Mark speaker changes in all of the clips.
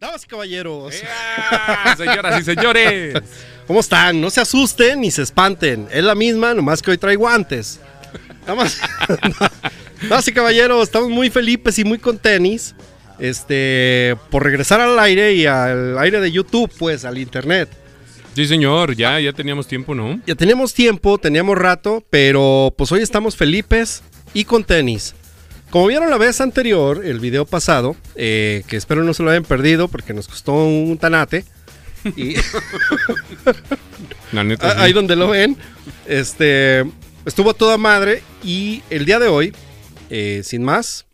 Speaker 1: Damas y caballeros.
Speaker 2: Eh. ¡Ea! Señoras y señores.
Speaker 1: ¿Cómo están? No se asusten ni se espanten. Es la misma, nomás que hoy trae guantes. Damas, Damas y caballeros, estamos muy felices y muy con tenis. Este, por regresar al aire y al aire de YouTube, pues, al internet.
Speaker 2: Sí, señor, ya, ya teníamos tiempo, ¿no?
Speaker 1: Ya teníamos tiempo, teníamos rato, pero pues hoy estamos Felipes y con tenis. Como vieron la vez anterior, el video pasado, eh, que espero no se lo hayan perdido porque nos costó un tanate. Y
Speaker 2: La neta. sí.
Speaker 1: Ah, ahí donde lo ven, este, estuvo a toda madre y el día de hoy, eh, sin más,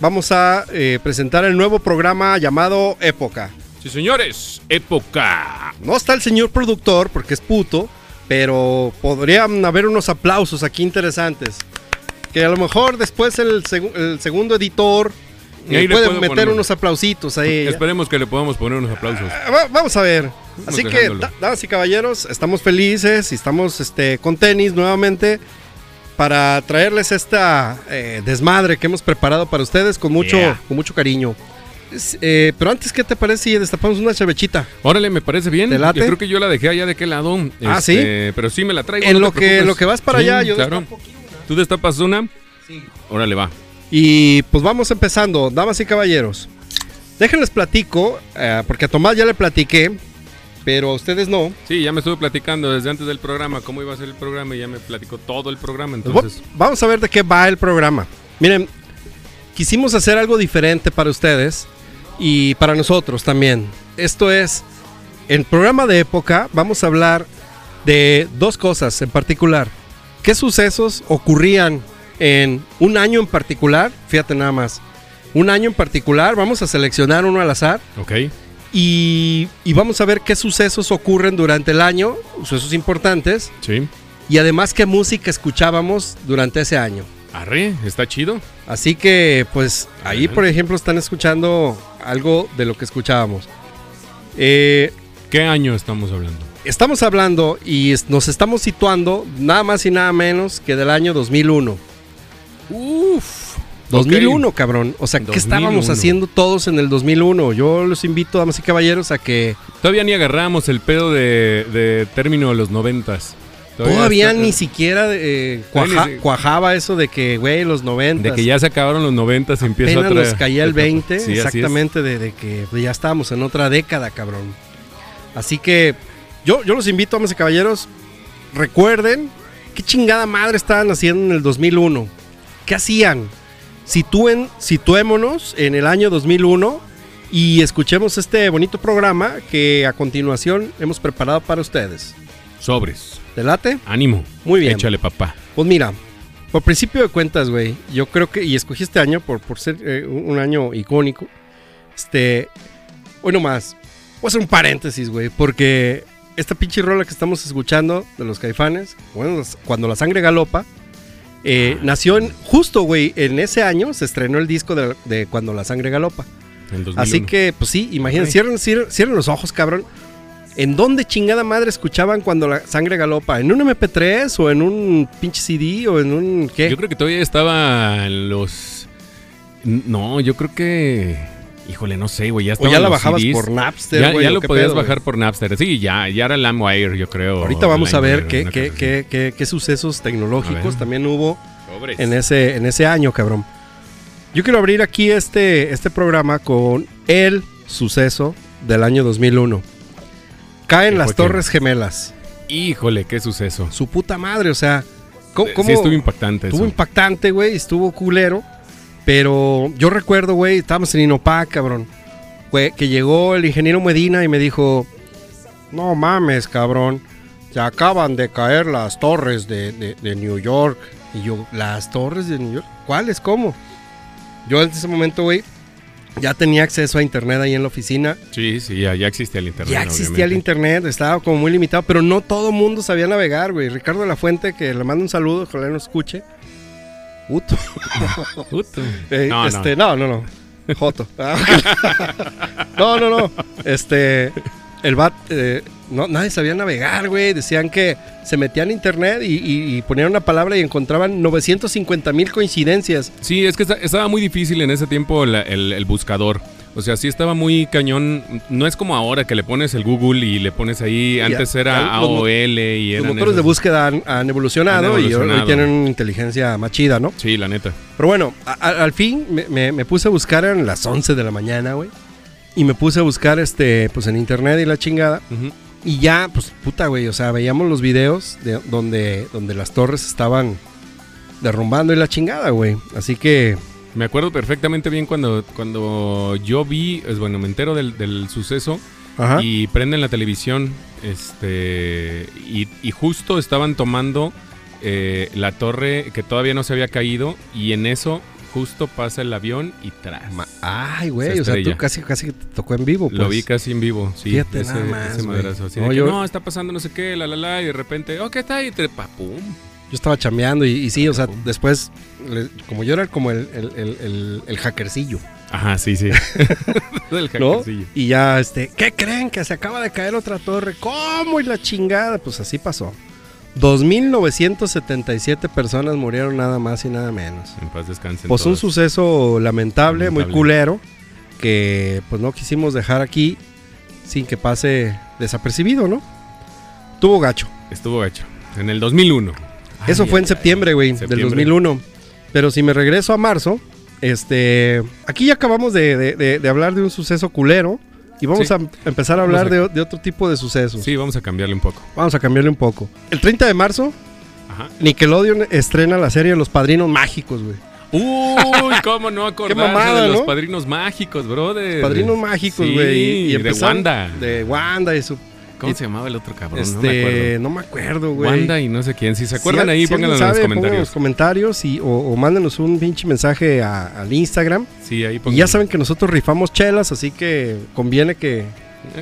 Speaker 1: vamos a eh, presentar el nuevo programa llamado Época.
Speaker 2: Sí, señores, época.
Speaker 1: No está el señor productor porque es puto, pero podrían haber unos aplausos aquí interesantes. Que a lo mejor después el, segu- el segundo editor
Speaker 2: Y ahí
Speaker 1: eh,
Speaker 2: le
Speaker 1: puede
Speaker 2: puedo
Speaker 1: meter
Speaker 2: poner.
Speaker 1: unos aplausitos ahí.
Speaker 2: Esperemos que le podamos poner unos aplausos.
Speaker 1: Ah, va- Vamos a ver. Así que,
Speaker 2: dejándolo.
Speaker 1: da- damas y caballeros, estamos felices y estamos este, con tenis nuevamente para traerles esta eh, desmadre que hemos preparado para ustedes con mucho,
Speaker 2: Yeah.
Speaker 1: con mucho cariño. Es- eh, pero antes, ¿qué te parece si destapamos una chavechita?
Speaker 2: Órale, me parece bien.
Speaker 1: ¿Te late?
Speaker 2: Yo creo que yo la dejé allá de qué lado.
Speaker 1: Ah,
Speaker 2: Este, Pero sí me la traigo.
Speaker 1: en
Speaker 2: no
Speaker 1: lo
Speaker 2: te
Speaker 1: que,
Speaker 2: preocupes.
Speaker 1: lo que vas para
Speaker 2: Sí,
Speaker 1: allá, yo
Speaker 2: claro. ¿Tú destapas una? Sí. Órale, va.
Speaker 1: Y pues vamos empezando, damas y caballeros. Déjenles platico, eh, porque a Tomás ya le platiqué, pero a ustedes no.
Speaker 2: Sí, ya me estuve platicando desde antes del programa cómo iba a ser el programa y ya me platicó todo el programa.
Speaker 1: Pues,
Speaker 2: Entonces,
Speaker 1: va- vamos a ver de qué va el programa. Miren, quisimos hacer algo diferente para ustedes y para nosotros también. Esto es, en programa de época vamos a hablar de dos cosas en particular. ¿Qué sucesos ocurrían en un año en particular? Fíjate nada más. Un año en particular, vamos a seleccionar uno al azar
Speaker 2: ok.
Speaker 1: y, y vamos a ver qué sucesos ocurren durante el año, sucesos importantes,
Speaker 2: Sí.
Speaker 1: y además qué música escuchábamos durante ese año.
Speaker 2: Arre, está chido.
Speaker 1: Así que, pues, ahí,
Speaker 2: Ajá.
Speaker 1: por ejemplo, están escuchando algo de lo que escuchábamos. Eh,
Speaker 2: ¿Qué año estamos hablando?
Speaker 1: estamos hablando y es- nos estamos situando nada más y nada menos que del año 2001.
Speaker 2: Uf.
Speaker 1: 2001, cabrón. O sea, ¿qué estábamos
Speaker 2: 2001?
Speaker 1: haciendo todos en el 2001? Yo los invito, damas y caballeros, a que
Speaker 2: Todavía ni agarramos el pedo de, de término de los noventas.
Speaker 1: Todavía
Speaker 2: está-
Speaker 1: ni siquiera eh, cuaja-
Speaker 2: Ni si-
Speaker 1: cuajaba eso de que, güey, los 90.
Speaker 2: De que ya se acabaron los noventas y empieza
Speaker 1: apenas
Speaker 2: otra.
Speaker 1: nos caía el
Speaker 2: etapa.
Speaker 1: 20.
Speaker 2: Sí, así es.
Speaker 1: exactamente, de, de que pues, ya estábamos en otra década, cabrón. Así que yo, yo los invito, amas y caballeros, recuerden qué chingada madre estaban haciendo en el 2001. ¿Qué hacían? Sitúen, situémonos en el año 2001 y escuchemos este bonito programa que a continuación hemos preparado para ustedes.
Speaker 2: Sobres.
Speaker 1: ¿Te late?
Speaker 2: Ánimo.
Speaker 1: Muy bien.
Speaker 2: Échale, papá.
Speaker 1: Pues mira, por principio de cuentas, güey, yo creo que, y escogí este año por, por ser eh, un un año icónico, este, hoy nomás, voy a hacer un paréntesis, güey, porque esta pinche rola que estamos escuchando de los caifanes, bueno, las- cuando la sangre galopa, eh, nació en, justo, güey, en ese año se estrenó el disco de, de Cuando la sangre galopa.
Speaker 2: En 2001.
Speaker 1: Así que, pues sí, imagínense,
Speaker 2: Ok.
Speaker 1: cierren, cierren, cierren los ojos, cabrón. ¿En dónde chingada madre escuchaban cuando la sangre galopa? ¿En un MP3 o en un pinche CD o en un qué?
Speaker 2: Yo creo que todavía estaba en los. No, yo creo que. Híjole, no sé, güey. Ya
Speaker 1: o
Speaker 2: estaban
Speaker 1: ya la
Speaker 2: los
Speaker 1: bajabas
Speaker 2: CDs.
Speaker 1: por Napster,
Speaker 2: Ya,
Speaker 1: güey,
Speaker 2: ya
Speaker 1: o
Speaker 2: lo
Speaker 1: qué
Speaker 2: podías
Speaker 1: pedo, güey?
Speaker 2: bajar por Napster. Sí, ya, ya era LimeWire, yo creo.
Speaker 1: Ahorita vamos a ver qué,
Speaker 2: LimeWire,
Speaker 1: qué-
Speaker 2: una cosa
Speaker 1: qué- qué- qué sucesos
Speaker 2: A ver.
Speaker 1: tecnológicos también hubo
Speaker 2: así. Sobres.
Speaker 1: en ese, en ese año, cabrón. Yo quiero abrir aquí este, este programa con el suceso del año 2001. Caen
Speaker 2: ¿Qué
Speaker 1: las
Speaker 2: fue que-
Speaker 1: Torres Gemelas.
Speaker 2: Híjole, qué suceso.
Speaker 1: Su puta madre, o sea, ¿cómo,
Speaker 2: Sí, estuvo impactante
Speaker 1: Estuvo
Speaker 2: eso.
Speaker 1: impactante, güey, estuvo culero. Pero yo recuerdo, güey, estábamos en Inopá, cabrón. güey, que llegó el ingeniero Medina y me dijo: No mames, cabrón. Se acaban de caer las torres de, de- de New York. Y yo, ¿las torres de New York? ¿Cuáles? ¿Cómo? Yo en ese momento, güey, ya tenía acceso a internet ahí en la oficina.
Speaker 2: Sí, sí, ya, ya existía el internet.
Speaker 1: Ya existía el
Speaker 2: obviamente.
Speaker 1: internet, estaba como muy limitado, pero no todo mundo sabía navegar, güey. Ricardo de la Fuente, que le mando un saludo, ojalá no escuche. Puto.
Speaker 2: Puto.
Speaker 1: Eh,
Speaker 2: No, no.
Speaker 1: este, no, no, no. Joto. Ah, ok. no, no, no. Este, el bat, eh, no, nadie sabía navegar, güey. Decían que se metían a internet y, y- y ponían una palabra y encontraban 950 mil coincidencias.
Speaker 2: Sí, es que esta- estaba muy difícil en ese tiempo la- el, el buscador. O sea, sí estaba muy cañón. No es como ahora que le pones el Google y le pones ahí. antes era
Speaker 1: ya, los mo-
Speaker 2: AOL
Speaker 1: Los
Speaker 2: y eran
Speaker 1: motores de
Speaker 2: esos.
Speaker 1: búsqueda han, han evolucionado,
Speaker 2: Han
Speaker 1: y ahora-
Speaker 2: evolucionado.
Speaker 1: hoy tienen una inteligencia más chida, ¿no?
Speaker 2: Sí, la neta.
Speaker 1: Pero bueno, a- a- al fin me, me- me puse a buscar en las 11 de la mañana, güey. Y me puse a buscar este, pues en internet y la chingada.
Speaker 2: Ujú.
Speaker 1: Y ya, pues puta, güey, o sea, veíamos los videos de donde, donde las torres estaban derrumbando y la chingada, güey. Así que,
Speaker 2: Me acuerdo perfectamente bien cuando, cuando yo vi, es bueno, me entero del, del suceso
Speaker 1: ajá.
Speaker 2: y prenden la televisión. Este. Y, y justo estaban tomando eh, la torre que todavía no se había caído. Y en eso, justo pasa el avión y tras.
Speaker 1: Ma- Ay, güey,
Speaker 2: Se
Speaker 1: o sea, tú
Speaker 2: estrella.
Speaker 1: casi, casi que te tocó en vivo, pues.
Speaker 2: Lo vi casi en vivo, sí.
Speaker 1: Fíjate
Speaker 2: ese,
Speaker 1: nada más,
Speaker 2: ese
Speaker 1: güey.
Speaker 2: madrazo. Así
Speaker 1: No,
Speaker 2: de que,
Speaker 1: yo-
Speaker 2: no, está pasando no sé qué, la la la, y de repente, oh, ¿qué está ahí? Trepa, pum.
Speaker 1: Yo estaba chambeando y, y sí, o sea, después, le- como yo era como el, el, el, el- el hackercillo,
Speaker 2: Ajá, sí, sí. Del
Speaker 1: ¿no?
Speaker 2: hackercillo.
Speaker 1: Y ya, este, ¿qué creen? Que se acaba de caer otra torre. ¿Cómo? Y la chingada. Pues así pasó. 2.977 personas murieron nada más y nada menos.
Speaker 2: En paz descansen.
Speaker 1: Pues un
Speaker 2: todos.
Speaker 1: suceso lamentable, muy
Speaker 2: Lamentable.
Speaker 1: culero, que pues no quisimos dejar aquí sin que pase desapercibido, ¿no? Tuvo gacho.
Speaker 2: Estuvo gacho. En el 2001.
Speaker 1: Eso
Speaker 2: Ay,
Speaker 1: fue en
Speaker 2: ay,
Speaker 1: septiembre,
Speaker 2: ay.
Speaker 1: güey, del
Speaker 2: Septiembre.
Speaker 1: 2001. Pero si me regreso a marzo, este, aquí ya acabamos de, de- de- de hablar de un suceso culero y vamos
Speaker 2: Sí.
Speaker 1: a empezar a
Speaker 2: Vamos
Speaker 1: hablar
Speaker 2: a-
Speaker 1: de, de otro tipo de sucesos.
Speaker 2: Sí, vamos a cambiarle un poco.
Speaker 1: Vamos a cambiarle un poco. El 30 de marzo,
Speaker 2: Ajá.
Speaker 1: Nickelodeon estrena la serie Los Padrinos Mágicos, güey.
Speaker 2: Uy, cómo no acordarse
Speaker 1: mamada,
Speaker 2: de los
Speaker 1: ¿no?
Speaker 2: padrinos mágicos, brother.
Speaker 1: Padrinos Mágicos,
Speaker 2: Eh, Sí,
Speaker 1: güey. y
Speaker 2: de
Speaker 1: empezaron-
Speaker 2: Wanda.
Speaker 1: De Wanda y su...
Speaker 2: ¿Cómo
Speaker 1: y-
Speaker 2: se llamaba el otro cabrón? no me
Speaker 1: este,
Speaker 2: acuerdo.
Speaker 1: no me acuerdo, güey.
Speaker 2: Wanda y no sé quién. Si se acuerdan
Speaker 1: Si-
Speaker 2: ahí,
Speaker 1: si alguien
Speaker 2: pónganlo en los
Speaker 1: sabe, pónganlo en
Speaker 2: comentarios.
Speaker 1: los comentarios y, o, o mándenos un pinche mensaje a- al Instagram.
Speaker 2: Sí, ahí
Speaker 1: Y
Speaker 2: pónganlo.
Speaker 1: ya saben que nosotros rifamos chelas, así que conviene que...
Speaker 2: Eh,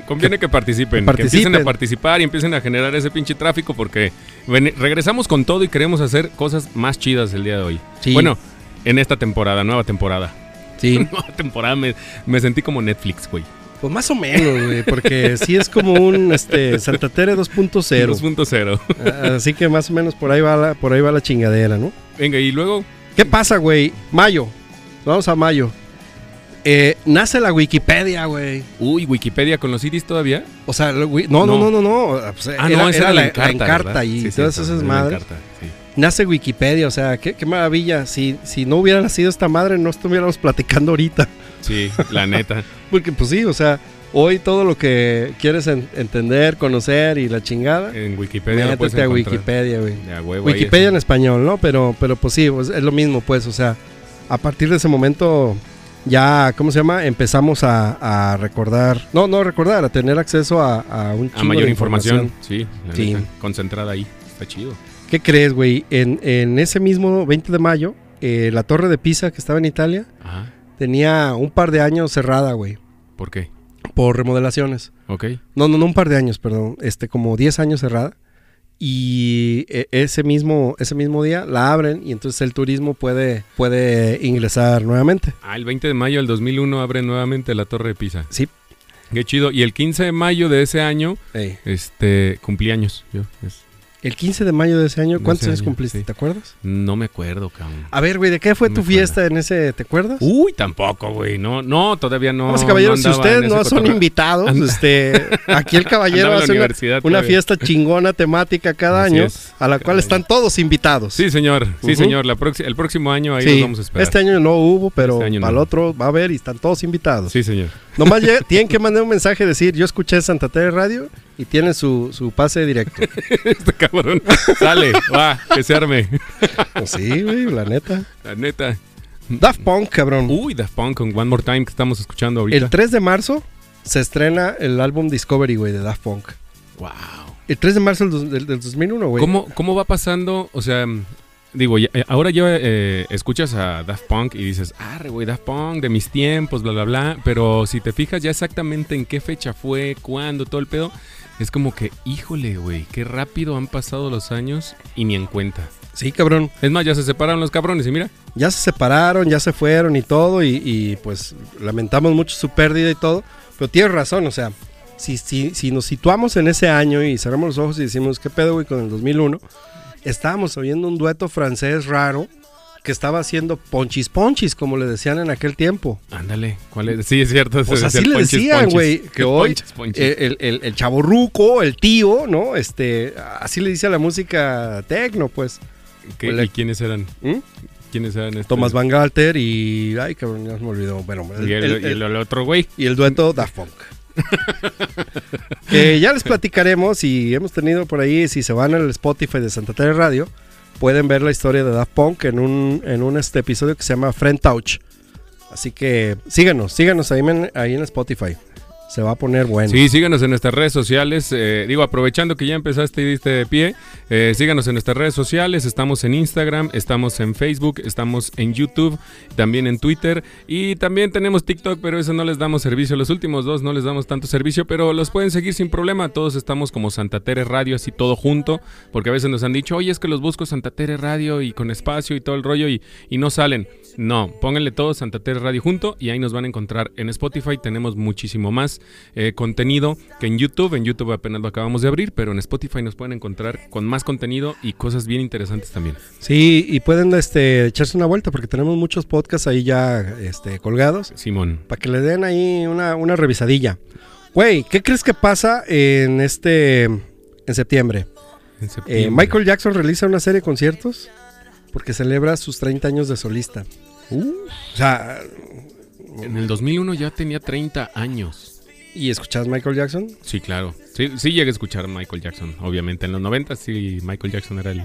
Speaker 2: Conviene que, participen,
Speaker 1: que
Speaker 2: que
Speaker 1: participen.
Speaker 2: empiecen a participar y empiecen a generar ese pinche tráfico porque ven- regresamos con todo y queremos hacer cosas más chidas el día de hoy.
Speaker 1: Sí.
Speaker 2: Bueno, en esta temporada, nueva temporada.
Speaker 1: Sí.
Speaker 2: Nueva temporada, me, me sentí como Netflix, güey.
Speaker 1: Pues más o menos, güey, porque sí es como un este, Santa Tere 2.0.
Speaker 2: 2.0.
Speaker 1: Ah, Así que más o menos por ahí va la, por ahí va la chingadera, ¿no?
Speaker 2: Venga, y luego,
Speaker 1: ¿Qué pasa, güey? Mayo. Vamos a mayo. Eh, nace la Wikipedia, güey.
Speaker 2: uy, Wikipedia con los CDs todavía.
Speaker 1: O sea, la wi- no, no, no,
Speaker 2: No.
Speaker 1: no, no. ah, pues, era-
Speaker 2: Ah, no,
Speaker 1: era
Speaker 2: esa era,
Speaker 1: la-
Speaker 2: la encarta.
Speaker 1: la encarta
Speaker 2: ¿verdad?
Speaker 1: y
Speaker 2: Sí,
Speaker 1: todas
Speaker 2: cierto,
Speaker 1: esas
Speaker 2: era la
Speaker 1: madres.
Speaker 2: encarta, sí.
Speaker 1: Nace Wikipedia, o sea, qué, qué maravilla. Si, si no hubiera nacido esta madre, no estuviéramos platicando ahorita.
Speaker 2: Sí, la neta.
Speaker 1: Porque, pues sí, o sea, hoy todo lo que quieres en- entender, conocer y la chingada,
Speaker 2: En Eh, Wikipedia. lo puedes
Speaker 1: métete a
Speaker 2: encontrar.
Speaker 1: Wikipedia, güey.
Speaker 2: Ya, huevo, ahí
Speaker 1: Wikipedia en
Speaker 2: está.
Speaker 1: español, ¿no? Pero, pero pues sí, pues, es lo mismo, pues, o sea, a partir de ese momento ya, ¿cómo se llama? Empezamos a, a recordar, no, no recordar, a tener acceso a, a un
Speaker 2: A
Speaker 1: chingo
Speaker 2: mayor
Speaker 1: de
Speaker 2: información. Sí, la
Speaker 1: Sí.
Speaker 2: neta. Concentrada ahí. Está chido.
Speaker 1: ¿Qué crees, güey? En, en ese mismo 20 de mayo, eh, la torre de Pisa que estaba en Italia
Speaker 2: Ajá.
Speaker 1: tenía un par de años cerrada, güey,
Speaker 2: ¿Por qué?
Speaker 1: por remodelaciones.
Speaker 2: Ok.
Speaker 1: No, no, no un par de años, perdón, este, como 10 años cerrada. Y eh, ese mismo, ese mismo día la abren y entonces el turismo puede, puede ingresar nuevamente.
Speaker 2: Ah, el 20 de mayo del 2001 abre nuevamente la Torre de Pisa.
Speaker 1: Sí.
Speaker 2: Qué chido. Y el 15 de mayo de ese año,
Speaker 1: Ey.
Speaker 2: este, cumplí años. Yo, es-
Speaker 1: El 15 de mayo de ese año,
Speaker 2: De
Speaker 1: ¿cuántos
Speaker 2: ese
Speaker 1: años
Speaker 2: año,
Speaker 1: cumpliste?
Speaker 2: sí.
Speaker 1: ¿Te acuerdas?
Speaker 2: no me acuerdo, cabrón.
Speaker 1: A ver, güey, ¿de qué fue
Speaker 2: No me
Speaker 1: tu
Speaker 2: acuerdo.
Speaker 1: fiesta en ese, te acuerdas?
Speaker 2: Uy, tampoco, güey. No, no, todavía no.
Speaker 1: Vamos, caballeros,
Speaker 2: no
Speaker 1: si
Speaker 2: andaba en
Speaker 1: ustedes
Speaker 2: ese
Speaker 1: no son
Speaker 2: cotorreo.
Speaker 1: invitados,
Speaker 2: Anda-
Speaker 1: este, aquí el caballero
Speaker 2: Andaba en la
Speaker 1: hace una,
Speaker 2: universidad
Speaker 1: una
Speaker 2: todavía.
Speaker 1: fiesta chingona temática cada
Speaker 2: Así
Speaker 1: año,
Speaker 2: es,
Speaker 1: a la
Speaker 2: cada
Speaker 1: cual
Speaker 2: año.
Speaker 1: están todos invitados.
Speaker 2: Sí, señor. Sí,
Speaker 1: Ujú.
Speaker 2: señor. La proxi- el próximo año ahí
Speaker 1: Sí,
Speaker 2: nos vamos a esperar.
Speaker 1: este año no hubo, pero
Speaker 2: Este año no
Speaker 1: al
Speaker 2: hubo.
Speaker 1: otro va a haber y están todos invitados.
Speaker 2: Sí, señor.
Speaker 1: Nomás llega- tienen que mandar un mensaje y decir, yo escuché Santa Tere Radio y tienen su, su pase directo.
Speaker 2: Este cabrón. Sale, va, que se arme.
Speaker 1: Pues sí, güey, la neta.
Speaker 2: La neta.
Speaker 1: Daft Punk, cabrón.
Speaker 2: Uy, Daft Punk con One More Time que estamos escuchando Uh, ahorita.
Speaker 1: el 3 de marzo se estrena el álbum Discovery, güey, de Daft Punk.
Speaker 2: wow.
Speaker 1: El 3 de marzo del, dos- del- del 2001, güey.
Speaker 2: ¿Cómo, ¿Cómo va pasando? O sea, mm, digo, ya- eh, ahora yo eh, escuchas a Daft Punk y dices, arre, güey, Daft Punk, de mis tiempos, bla, bla, bla. Pero si te fijas ya exactamente en qué fecha fue, cuándo, todo el pedo, es como que, híjole, güey, qué rápido han pasado los años y ni en cuenta.
Speaker 1: Sí, cabrón.
Speaker 2: Es más, ya se separaron los cabrones y mira,
Speaker 1: ya se separaron, ya se fueron y todo, y, y, pues lamentamos mucho su pérdida y todo, pero tienes razón, o sea, si, si, si nos situamos en ese año y cerramos los ojos y decimos, ¿qué pedo, güey, con el 2001? Estábamos oyendo un dueto francés raro que estaba haciendo ponchis ponchis, como le decían en aquel tiempo.
Speaker 2: Ándale, ¿cuál es? Sí, es cierto.
Speaker 1: Pues
Speaker 2: se
Speaker 1: así
Speaker 2: decía
Speaker 1: le
Speaker 2: ponchis,
Speaker 1: decían,
Speaker 2: ponchis.
Speaker 1: güey, que hoy eh,
Speaker 2: Ponchis, ponchis.
Speaker 1: El, el, el chavo ruco, el tío, ¿no? Este, así le dice a la música tecno, pues.
Speaker 2: ¿Qué-
Speaker 1: hola.
Speaker 2: ¿Y quiénes eran?
Speaker 1: ¿Mm?
Speaker 2: ¿Quiénes eran? estos?
Speaker 1: Thomas Van Galter y. Ay, cabrón, ya se me olvidó. Bueno, el-
Speaker 2: Y el,
Speaker 1: el-
Speaker 2: y el- el otro güey.
Speaker 1: y el dueto Daft Punk. que ya les platicaremos y hemos tenido por ahí, si se van al Spotify de Santa Teresa Radio, pueden ver la historia de Daft Punk en un, en un este episodio que se llama Friend Touch. Así que síganos, síganos ahí en, ahí en Spotify. Se va a poner bueno.
Speaker 2: Sí, síganos en nuestras redes sociales. eh, digo, aprovechando que ya empezaste y diste de pie, eh, síganos en nuestras redes sociales. Estamos en Instagram, estamos en Facebook, estamos en YouTube, también en Twitter y también tenemos TikTok, pero eso no les damos servicio. Los últimos dos no les damos tanto servicio, pero los pueden seguir sin problema. Todos estamos como Santa Tere Radio, así todo junto, porque a veces nos han dicho, oye, es que los busco Santa Tere Radio y con espacio y todo el rollo y, y no salen. No, pónganle todo Santa Tere Radio junto y ahí nos van a encontrar en Spotify. Tenemos muchísimo más eh, contenido que en YouTube. En YouTube apenas lo acabamos de abrir, pero en Spotify nos pueden encontrar con más contenido y cosas bien interesantes también.
Speaker 1: Sí, y pueden este, echarse una vuelta porque tenemos muchos podcasts ahí ya este, colgados.
Speaker 2: Simón.
Speaker 1: Para que le den ahí una, una revisadilla. Güey, ¿qué crees que pasa en este. en septiembre?
Speaker 2: en
Speaker 1: Eh,
Speaker 2: septiembre.
Speaker 1: Michael Jackson realiza una serie de conciertos porque celebra sus 30 años de solista. O sea,
Speaker 2: En el 2001 ya tenía 30 años.
Speaker 1: ¿y escuchas Michael Jackson?
Speaker 2: Sí, claro. Sí, sí llegué a escuchar a Michael Jackson, obviamente. En los 90 sí Michael Jackson era el,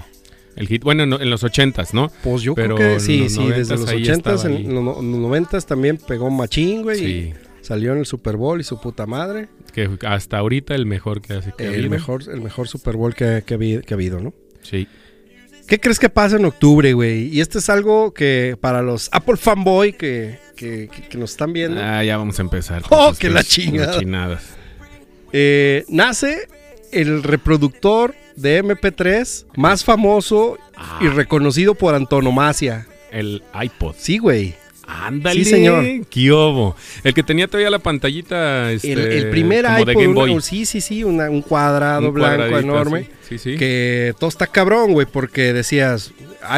Speaker 2: el hit. Bueno, en, en los 80s, ¿no?
Speaker 1: Pues yo
Speaker 2: Pero
Speaker 1: creo que
Speaker 2: en
Speaker 1: sí,
Speaker 2: los
Speaker 1: sí, desde
Speaker 2: 90s
Speaker 1: los
Speaker 2: ahí
Speaker 1: 80s,
Speaker 2: estaba
Speaker 1: en
Speaker 2: ahí.
Speaker 1: los no- en los 90s también pegó machín, güey.
Speaker 2: Sí.
Speaker 1: y Salió en el Super Bowl y su puta madre.
Speaker 2: Que hasta ahorita el mejor que hace que ha
Speaker 1: El
Speaker 2: habido.
Speaker 1: mejor, el mejor Super Bowl que, que ha habi- que ha habido, ¿no?
Speaker 2: Sí.
Speaker 1: ¿Qué crees que pasa en octubre, güey? Y esto es algo que para los Apple fanboy que, que- que- que nos están viendo.
Speaker 2: Ah, ya vamos a empezar. con
Speaker 1: ¡Oh,
Speaker 2: sus
Speaker 1: que la
Speaker 2: pinches
Speaker 1: chingada!
Speaker 2: cochinadas.
Speaker 1: Eh, nace el reproductor de MP3 más famoso
Speaker 2: Ah,
Speaker 1: y reconocido por antonomasia.
Speaker 2: el iPod.
Speaker 1: Sí, güey.
Speaker 2: Ándale,
Speaker 1: Sí, señor.
Speaker 2: ¿Qué hubo? El que tenía todavía la pantallita. Este,
Speaker 1: el, el primer
Speaker 2: como de
Speaker 1: iPod,
Speaker 2: Game
Speaker 1: una-
Speaker 2: Boy.
Speaker 1: un- sí, sí, sí, una- un cuadrado
Speaker 2: Un
Speaker 1: blanco
Speaker 2: cuadradito
Speaker 1: enorme.
Speaker 2: así. Sí, sí.
Speaker 1: Que todo está cabrón, güey, porque decías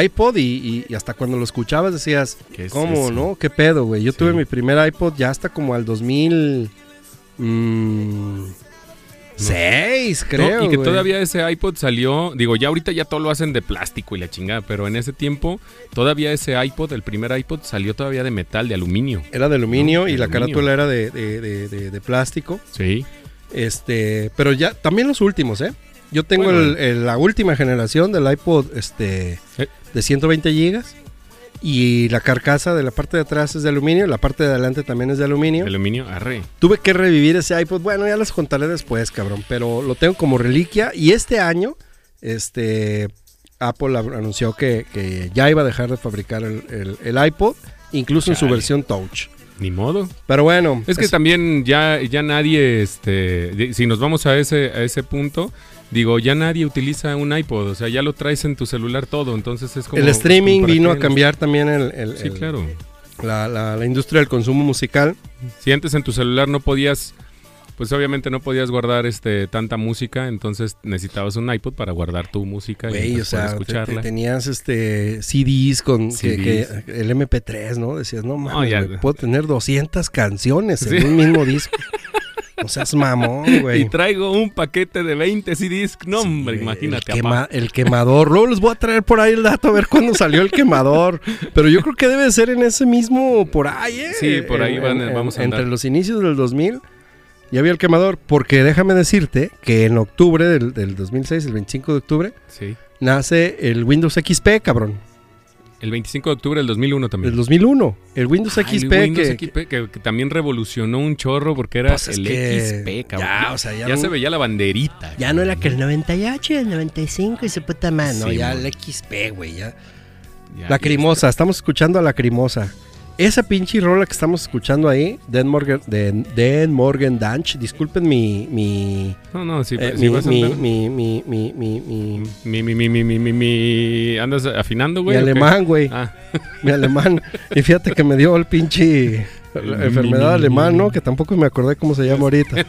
Speaker 1: iPod y, y- y hasta cuando lo escuchabas decías,
Speaker 2: ¿Qué es
Speaker 1: ¿cómo,
Speaker 2: eso?
Speaker 1: no? ¿Qué pedo, güey? Yo
Speaker 2: Sí.
Speaker 1: tuve mi primer iPod ya hasta como al 2000. mm, seis,
Speaker 2: No,
Speaker 1: creo.
Speaker 2: y que
Speaker 1: güey.
Speaker 2: todavía ese iPod salió, digo, ya ahorita ya todo lo hacen de plástico y la chingada, pero en ese tiempo todavía ese iPod, el primer iPod salió todavía de metal, de aluminio.
Speaker 1: Era de aluminio
Speaker 2: No, de
Speaker 1: y la
Speaker 2: aluminio.
Speaker 1: carátula era de, de- de- de- de plástico.
Speaker 2: Sí.
Speaker 1: Este, pero ya, también los últimos, ¿eh? Yo tengo
Speaker 2: Bueno.
Speaker 1: el- el- la última generación del iPod este,
Speaker 2: Eh.
Speaker 1: de 120 gigas. Y la carcasa de la parte de atrás es de aluminio, la parte de adelante también es de aluminio.
Speaker 2: Aluminio, arre.
Speaker 1: Tuve que revivir ese iPod. Bueno, ya les contaré después, cabrón. Pero lo tengo como reliquia. Y este año, este, Apple ab- anunció que, que ya iba a dejar de fabricar el, el- el iPod, incluso en su
Speaker 2: Chale.
Speaker 1: versión Touch.
Speaker 2: Ni modo.
Speaker 1: Pero bueno,
Speaker 2: Es que
Speaker 1: es-
Speaker 2: también ya, ya nadie, este, de- si nos vamos a ese, a ese punto, digo, ya nadie utiliza un iPod, o sea, ya lo traes en tu celular todo, entonces es como...
Speaker 1: el streaming
Speaker 2: ¿para qué
Speaker 1: vino a
Speaker 2: nos-
Speaker 1: cambiar también el- el-
Speaker 2: Sí,
Speaker 1: el-
Speaker 2: claro.
Speaker 1: la, la- la industria del consumo musical.
Speaker 2: Si antes en tu celular no podías, pues obviamente no podías guardar este tanta música, entonces necesitabas un iPod para guardar tu música
Speaker 1: Güey,
Speaker 2: y
Speaker 1: o
Speaker 2: pues, poder
Speaker 1: sea, te- te-
Speaker 2: escucharla.
Speaker 1: tenías este CDs con que-
Speaker 2: CDs.
Speaker 1: que- el MP3, ¿no? Decías, no mames,
Speaker 2: ya.
Speaker 1: güey, puedo tener 200 canciones
Speaker 2: Sí.
Speaker 1: en un mismo disco. o sea, es mamón, güey.
Speaker 2: Y traigo un paquete de 20 CDs. No, hombre,
Speaker 1: Eh,
Speaker 2: imagínate.
Speaker 1: El, quema-
Speaker 2: apá.
Speaker 1: el quemador. Luego les voy a traer por ahí el dato a ver cuándo salió el quemador. Pero yo creo que debe de ser en ese mismo, por ahí, ¿eh?
Speaker 2: Sí, por ahí
Speaker 1: En-
Speaker 2: van-
Speaker 1: en-
Speaker 2: vamos a
Speaker 1: Entre
Speaker 2: andar.
Speaker 1: los inicios del 2000 ya había el quemador. Porque déjame decirte que en octubre del, del 2006, el 25 de octubre,
Speaker 2: Sí.
Speaker 1: nace el Windows XP, cabrón.
Speaker 2: El 25 de octubre del 2001 también.
Speaker 1: Del 2001. El Windows
Speaker 2: Mm. Ay,
Speaker 1: XP
Speaker 2: el Windows
Speaker 1: que...
Speaker 2: XP, que, que también revolucionó un chorro porque era
Speaker 1: Pues es
Speaker 2: el
Speaker 1: que
Speaker 2: XP, cabrón.
Speaker 1: ya, o sea, ya no-
Speaker 2: se veía la banderita.
Speaker 1: Ya no era que el 98, el 95 y su puta madre. No,
Speaker 2: Sí,
Speaker 1: ya
Speaker 2: mon.
Speaker 1: el XP, güey. Ya.
Speaker 2: Ya,
Speaker 1: La Crimosa, estamos escuchando a La Crimosa. Esa pinche rola que estamos escuchando ahí, Dan Morgan, Dan, Dan Morgan Danch, disculpen mi, mi,
Speaker 2: No, no, sí,
Speaker 1: eh,
Speaker 2: sí
Speaker 1: mi,
Speaker 2: vas a
Speaker 1: mi,
Speaker 2: andar-
Speaker 1: mi, mi, mi, mi, mi-
Speaker 2: mi, mi, mi, mi, mi, mi, mi- ¿Andas afinando,
Speaker 1: mi
Speaker 2: güey? o qué?
Speaker 1: alemán, güey,
Speaker 2: Ah,
Speaker 1: mi alemán. Y fíjate que me dio el pinche La enfermedad alemana, ¿no? Que tampoco me acordé cómo se llama ahorita.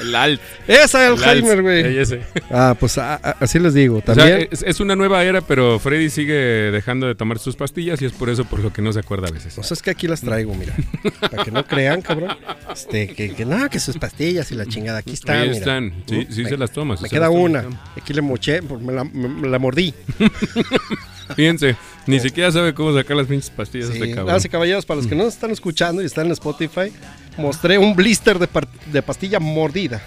Speaker 2: El alt.
Speaker 1: Esa es
Speaker 2: el alt. Eh,
Speaker 1: Alzheimer, güey.
Speaker 2: Ey, ese.
Speaker 1: Ah, pues a- a- así les digo.
Speaker 2: O sea, eh,
Speaker 1: También
Speaker 2: es, es una nueva era, pero Freddy sigue dejando de tomar sus pastillas y es por eso por lo que no se acuerda a veces.
Speaker 1: No sé, es que aquí las traigo, mira. Para que no crean, cabrón. Este, que, que nada, que sus pastillas y la chingada. Aquí están.
Speaker 2: Ahí
Speaker 1: mira. Uh,
Speaker 2: están. Sí, sí
Speaker 1: me,
Speaker 2: se las tomas.
Speaker 1: me
Speaker 2: se
Speaker 1: queda
Speaker 2: las tomas.
Speaker 1: una. Aquí le moché, pues, me la, me- me la mordí.
Speaker 2: Fíjense, ni siquiera sabe cómo sacar las pinches pastillas
Speaker 1: Sí,
Speaker 2: este cabrón.
Speaker 1: damas y caballeros, para los que no nos están escuchando y están en Spotify, mostré un blister de, par- de pastilla mordida.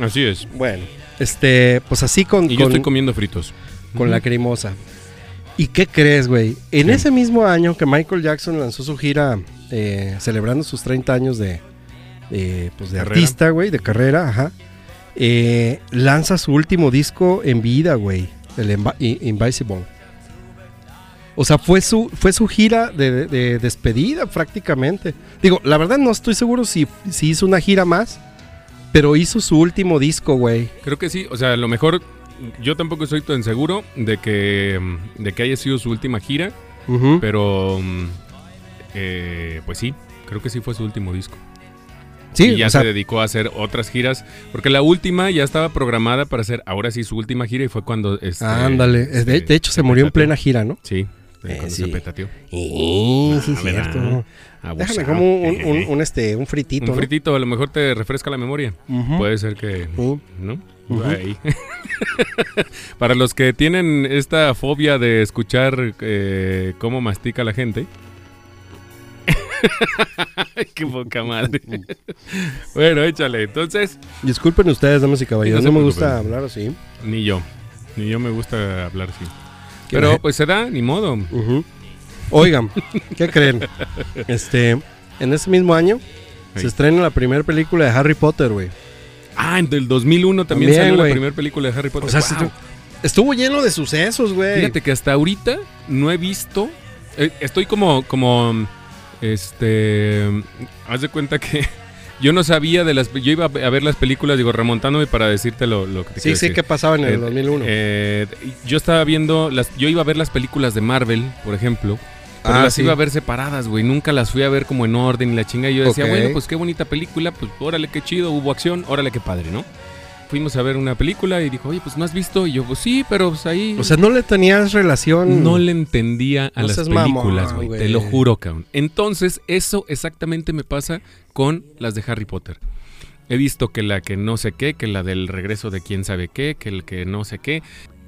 Speaker 2: Así es.
Speaker 1: Bueno, este, pues así con,
Speaker 2: Y yo
Speaker 1: con,
Speaker 2: estoy comiendo fritos.
Speaker 1: con lacrimosa. ¿Y qué crees, güey? En ese mismo año que Michael Jackson lanzó su gira eh, celebrando sus 30 años de, de, pues, de
Speaker 2: Carrera.
Speaker 1: artista, güey, de carrera, ajá, eh, lanza su último disco en vida, güey, el Invi- I- Invisible. O sea, fue su, fue su gira de, de- de despedida prácticamente. Digo, la verdad no estoy seguro si, si hizo una gira más, pero hizo su último disco, güey.
Speaker 2: Creo que sí, o sea, a lo mejor yo tampoco estoy tan seguro de que, mm, de que haya sido su última gira,
Speaker 1: Ujú.
Speaker 2: pero mm, eh, pues sí, creo que sí fue su último disco.
Speaker 1: sí,
Speaker 2: y ya
Speaker 1: o sea,
Speaker 2: se dedicó a hacer otras giras, porque la última ya estaba programada para hacer ahora sí su última gira y fue cuando... este,
Speaker 1: Ándale, es de,
Speaker 2: este,
Speaker 1: de hecho se murió en
Speaker 2: petateó.
Speaker 1: plena gira, ¿no?
Speaker 2: Sí, eh,
Speaker 1: Eh,
Speaker 2: cuando
Speaker 1: sí.
Speaker 2: se petateó.
Speaker 1: Sí, sí,
Speaker 2: Ah, ¿verdad? Ah, pues,
Speaker 1: cierto.
Speaker 2: Abusado.
Speaker 1: Déjame como un, un-
Speaker 2: Eh,
Speaker 1: un, este, un
Speaker 2: un
Speaker 1: fritito. ¿no?
Speaker 2: fritito, a lo mejor te refresca la memoria.
Speaker 1: Ujú.
Speaker 2: Puede ser que...
Speaker 1: Sí.
Speaker 2: ¿no?
Speaker 1: Ujú.
Speaker 2: Ahí. Para los que tienen esta fobia de escuchar eh, cómo mastica la gente. Qué poca madre. bueno, échale. Entonces,
Speaker 1: Disculpen ustedes, damas y caballeros,
Speaker 2: Sí,
Speaker 1: no,
Speaker 2: no se
Speaker 1: me gusta
Speaker 2: preocupen.
Speaker 1: hablar así.
Speaker 2: ni yo. Ni yo me gusta hablar así.
Speaker 1: Que la
Speaker 2: Pero
Speaker 1: gen-
Speaker 2: pues se da, ni modo.
Speaker 1: Ujú. Oigan, ¿qué creen? Este, en ese mismo año
Speaker 2: Sí.
Speaker 1: se estrena la primera película de Harry Potter, güey.
Speaker 2: Ah, en el 2001 también,
Speaker 1: También,
Speaker 2: salió
Speaker 1: güey.
Speaker 2: la primera película de Harry Potter.
Speaker 1: O sea,
Speaker 2: Wow.
Speaker 1: se estu- estuvo lleno de sucesos, güey.
Speaker 2: Fíjate que hasta ahorita no he visto. eh, estoy como, como, este, haz de cuenta que yo no sabía de las, yo iba a ver las películas, digo, remontándome para decirte lo, lo que te
Speaker 1: Sí,
Speaker 2: quiero
Speaker 1: sí,
Speaker 2: decir.
Speaker 1: que pasaba en el
Speaker 2: Eh,
Speaker 1: 2001.
Speaker 2: Eh, yo estaba viendo las, yo iba a ver las películas de Marvel, por ejemplo. Pero
Speaker 1: Ah,
Speaker 2: las
Speaker 1: sí.
Speaker 2: iba a ver separadas, güey. Nunca las fui a ver como en orden y la chinga. Y yo decía,
Speaker 1: Ok.
Speaker 2: bueno, pues qué bonita película. Pues órale, qué chido. Hubo acción. Órale, qué padre, ¿no? Fuimos a ver una película y dijo, oye, pues no has visto. Y yo, pues sí, pero pues ahí.
Speaker 1: o sea, no le tenías relación.
Speaker 2: No le entendía
Speaker 1: Mm.
Speaker 2: a
Speaker 1: No
Speaker 2: las
Speaker 1: seas mamón,
Speaker 2: películas, güey. Te lo
Speaker 1: güey.
Speaker 2: juro, cabrón. Entonces, eso exactamente me pasa con las de Harry Potter. He visto que la que no sé qué, que la del regreso de quién sabe qué, que el que no sé qué.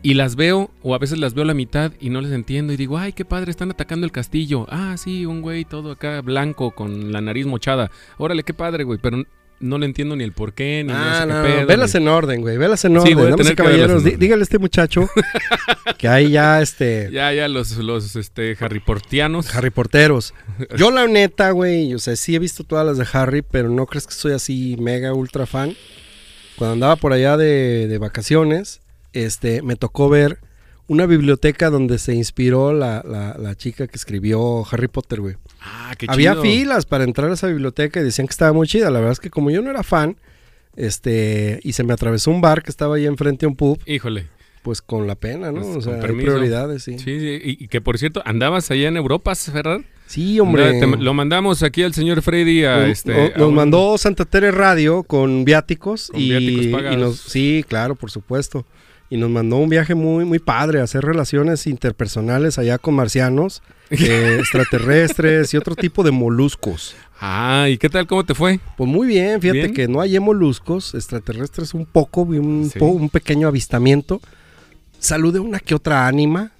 Speaker 2: Y las veo, o a veces las veo a la mitad y no les entiendo. Y digo, ay, qué padre, están atacando el castillo. Ah, sí, un güey todo acá blanco con la nariz mochada. Órale, qué padre, güey. Pero no le entiendo ni el por qué, ni no sé
Speaker 1: Ah,
Speaker 2: qué
Speaker 1: no, no,
Speaker 2: pedo, ni-
Speaker 1: velas en orden, güey. Velas en
Speaker 2: Sí,
Speaker 1: orden.
Speaker 2: voy a
Speaker 1: Damas y
Speaker 2: tener que verlas
Speaker 1: caballeros,
Speaker 2: en
Speaker 1: di-
Speaker 2: orden.
Speaker 1: dígale a este muchacho que ahí ya, este,
Speaker 2: Ya, ya, los, los este, Harry Portianos.
Speaker 1: Harry Porteros. Yo la neta, güey, o sea, sí he visto todas las de Harry, pero no crees que soy así mega ultra fan. Cuando andaba por allá de, de vacaciones, este, me tocó ver una biblioteca donde se inspiró la, la- la chica que escribió Harry Potter, güey.
Speaker 2: Ah, qué
Speaker 1: Había
Speaker 2: chido.
Speaker 1: filas para entrar a esa biblioteca y decían que estaba muy chida. La verdad es que como yo no era fan, este, y se me atravesó un bar que estaba ahí enfrente a un pub,
Speaker 2: Híjole.
Speaker 1: pues con la pena, ¿no?
Speaker 2: Pues,
Speaker 1: o
Speaker 2: con
Speaker 1: sea, hay
Speaker 2: permiso.
Speaker 1: prioridades, sí. Sí,
Speaker 2: Sí, sí, y, y que por cierto, andabas allá en Europa, Ferrar.
Speaker 1: hombre.
Speaker 2: Andaba- te- lo mandamos aquí al señor Freddy a
Speaker 1: Nos-
Speaker 2: este.
Speaker 1: nos,
Speaker 2: a
Speaker 1: nos
Speaker 2: un-
Speaker 1: mandó Santa Tere Radio con viáticos
Speaker 2: Con
Speaker 1: y,
Speaker 2: viáticos pagados.
Speaker 1: y nos sí, claro, por supuesto. Y nos mandó un viaje muy muy padre a hacer relaciones interpersonales allá con marcianos, eh, extraterrestres y otro tipo de moluscos.
Speaker 2: Ah, ¿y qué tal? ¿Cómo te fue?
Speaker 1: Pues muy bien, fíjate
Speaker 2: Bien.
Speaker 1: que no hallé moluscos, extraterrestres un poco, vi un,
Speaker 2: Sí.
Speaker 1: po- un pequeño avistamiento. Saludé una que otra ánima,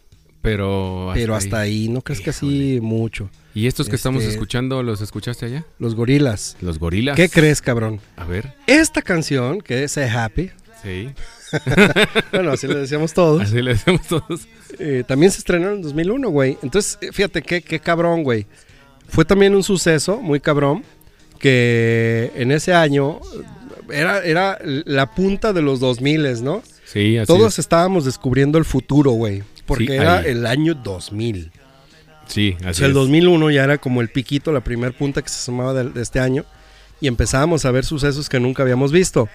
Speaker 2: Pero.
Speaker 1: pero hasta
Speaker 2: ahí.
Speaker 1: ahí, no crees que así mucho.
Speaker 2: ¿Y estos que estamos
Speaker 1: Este-
Speaker 2: escuchando, los escuchaste allá?
Speaker 1: Los gorilas.
Speaker 2: Los gorilas.
Speaker 1: ¿Qué crees, cabrón?
Speaker 2: A ver,
Speaker 1: Esta canción, que es Say Happy,
Speaker 2: sí.
Speaker 1: Bueno, así le decíamos todos.
Speaker 2: Así le hacemos todos.
Speaker 1: Eh, también se estrenó en 2001, güey. Entonces, eh, fíjate qué, qué cabrón, güey. Fue también un suceso muy cabrón que en ese año eh, era, era la punta de los 2000, ¿no?
Speaker 2: Sí, así.
Speaker 1: Todos
Speaker 2: es.
Speaker 1: estábamos descubriendo el futuro, güey. Porque
Speaker 2: Sí,
Speaker 1: era
Speaker 2: ahí.
Speaker 1: el año 2000.
Speaker 2: Sí,
Speaker 1: O
Speaker 2: así.
Speaker 1: sea, el
Speaker 2: es.
Speaker 1: 2001 ya era como el piquito, la primer punta que se asomaba del- de, este año. Y empezábamos a ver sucesos que nunca habíamos visto.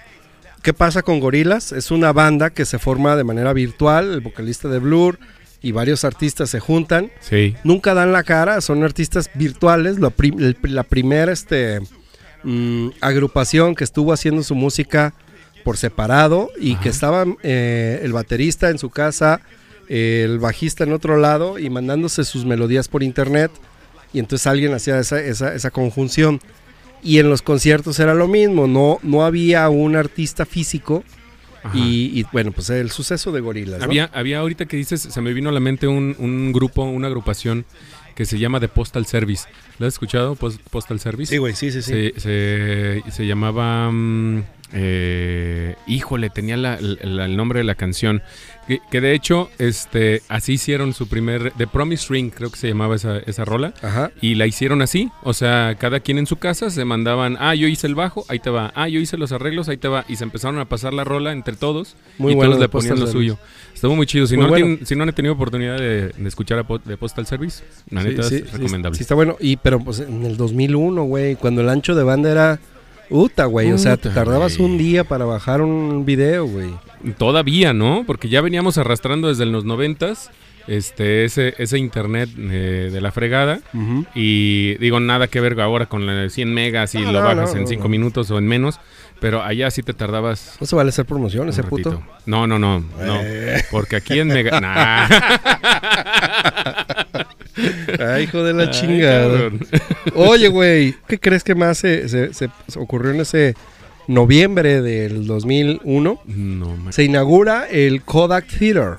Speaker 1: ¿Qué pasa con Gorilas? Es una banda que se forma de manera virtual. El vocalista de Blur, y varios artistas se juntan.
Speaker 2: Sí.
Speaker 1: Nunca dan la cara, son artistas virtuales. La, prim- el- la primera este, mm, agrupación que estuvo haciendo su música por separado y
Speaker 2: Ajá.
Speaker 1: que estaban eh, el baterista en su casa, el bajista en otro lado y mandándose sus melodías por internet. Y entonces alguien hacía esa, esa, esa conjunción. Y en los conciertos era lo mismo, no, no había un artista físico.
Speaker 2: Ajá.
Speaker 1: Y, y, bueno, pues el suceso de Gorilas.
Speaker 2: Había, había ahorita que dices, se me vino a la mente un, un grupo, una agrupación que se llama The Postal Service. ¿Lo has escuchado? Pos- Postal Service.
Speaker 1: Sí, güey, sí, sí, sí.
Speaker 2: Se, se- se llamaba. mm, eh, híjole, tenía la- la- el nombre de la canción. Que, que de hecho, este, así hicieron su primer. The Promise Ring, creo que se llamaba esa, esa rola.
Speaker 1: Ajá.
Speaker 2: Y la hicieron así, o sea, cada quien en su casa se mandaban, ah, yo hice el bajo, ahí te va, ah, yo hice los arreglos, ahí te va, y se empezaron a pasar la rola entre todos
Speaker 1: Muy
Speaker 2: y
Speaker 1: bueno,
Speaker 2: todos
Speaker 1: de
Speaker 2: le ponían
Speaker 1: Postal
Speaker 2: lo
Speaker 1: Service.
Speaker 2: suyo. Estuvo muy chido, si,
Speaker 1: Muy
Speaker 2: no,
Speaker 1: bueno.
Speaker 2: tienen- si no han tenido oportunidad de, de escuchar a Po- de Postal Service, la
Speaker 1: Sí,
Speaker 2: neta
Speaker 1: sí,
Speaker 2: es recomendable.
Speaker 1: Sí, sí está bueno. Y, pero pues en el 2001, güey, cuando el ancho de banda era... Uta, güey. O sea,
Speaker 2: Uta,
Speaker 1: tardabas
Speaker 2: güey.
Speaker 1: un día para bajar un video, güey.
Speaker 2: Todavía, ¿no? Porque ya veníamos arrastrando desde los noventas este, ese, ese internet eh, de la fregada. Y digo, nada que ver ahora con la de 100 megas y
Speaker 1: No,
Speaker 2: lo
Speaker 1: no,
Speaker 2: bajas
Speaker 1: no,
Speaker 2: en
Speaker 1: no,
Speaker 2: 5
Speaker 1: no.
Speaker 2: minutos o en menos, pero allá sí te tardabas
Speaker 1: No se vale hacer promoción, ese
Speaker 2: Un
Speaker 1: puto.
Speaker 2: ratito. No, no, no, no.
Speaker 1: Eh.
Speaker 2: Porque aquí en Mega. Nah.
Speaker 1: Ay, hijo de la
Speaker 2: Ay,
Speaker 1: chingada.
Speaker 2: cabrón.
Speaker 1: Oye, güey, ¿qué crees que más se, se- se- se ocurrió en ese noviembre del 2001?
Speaker 2: No, man.
Speaker 1: Se inaugura el Kodak Theater.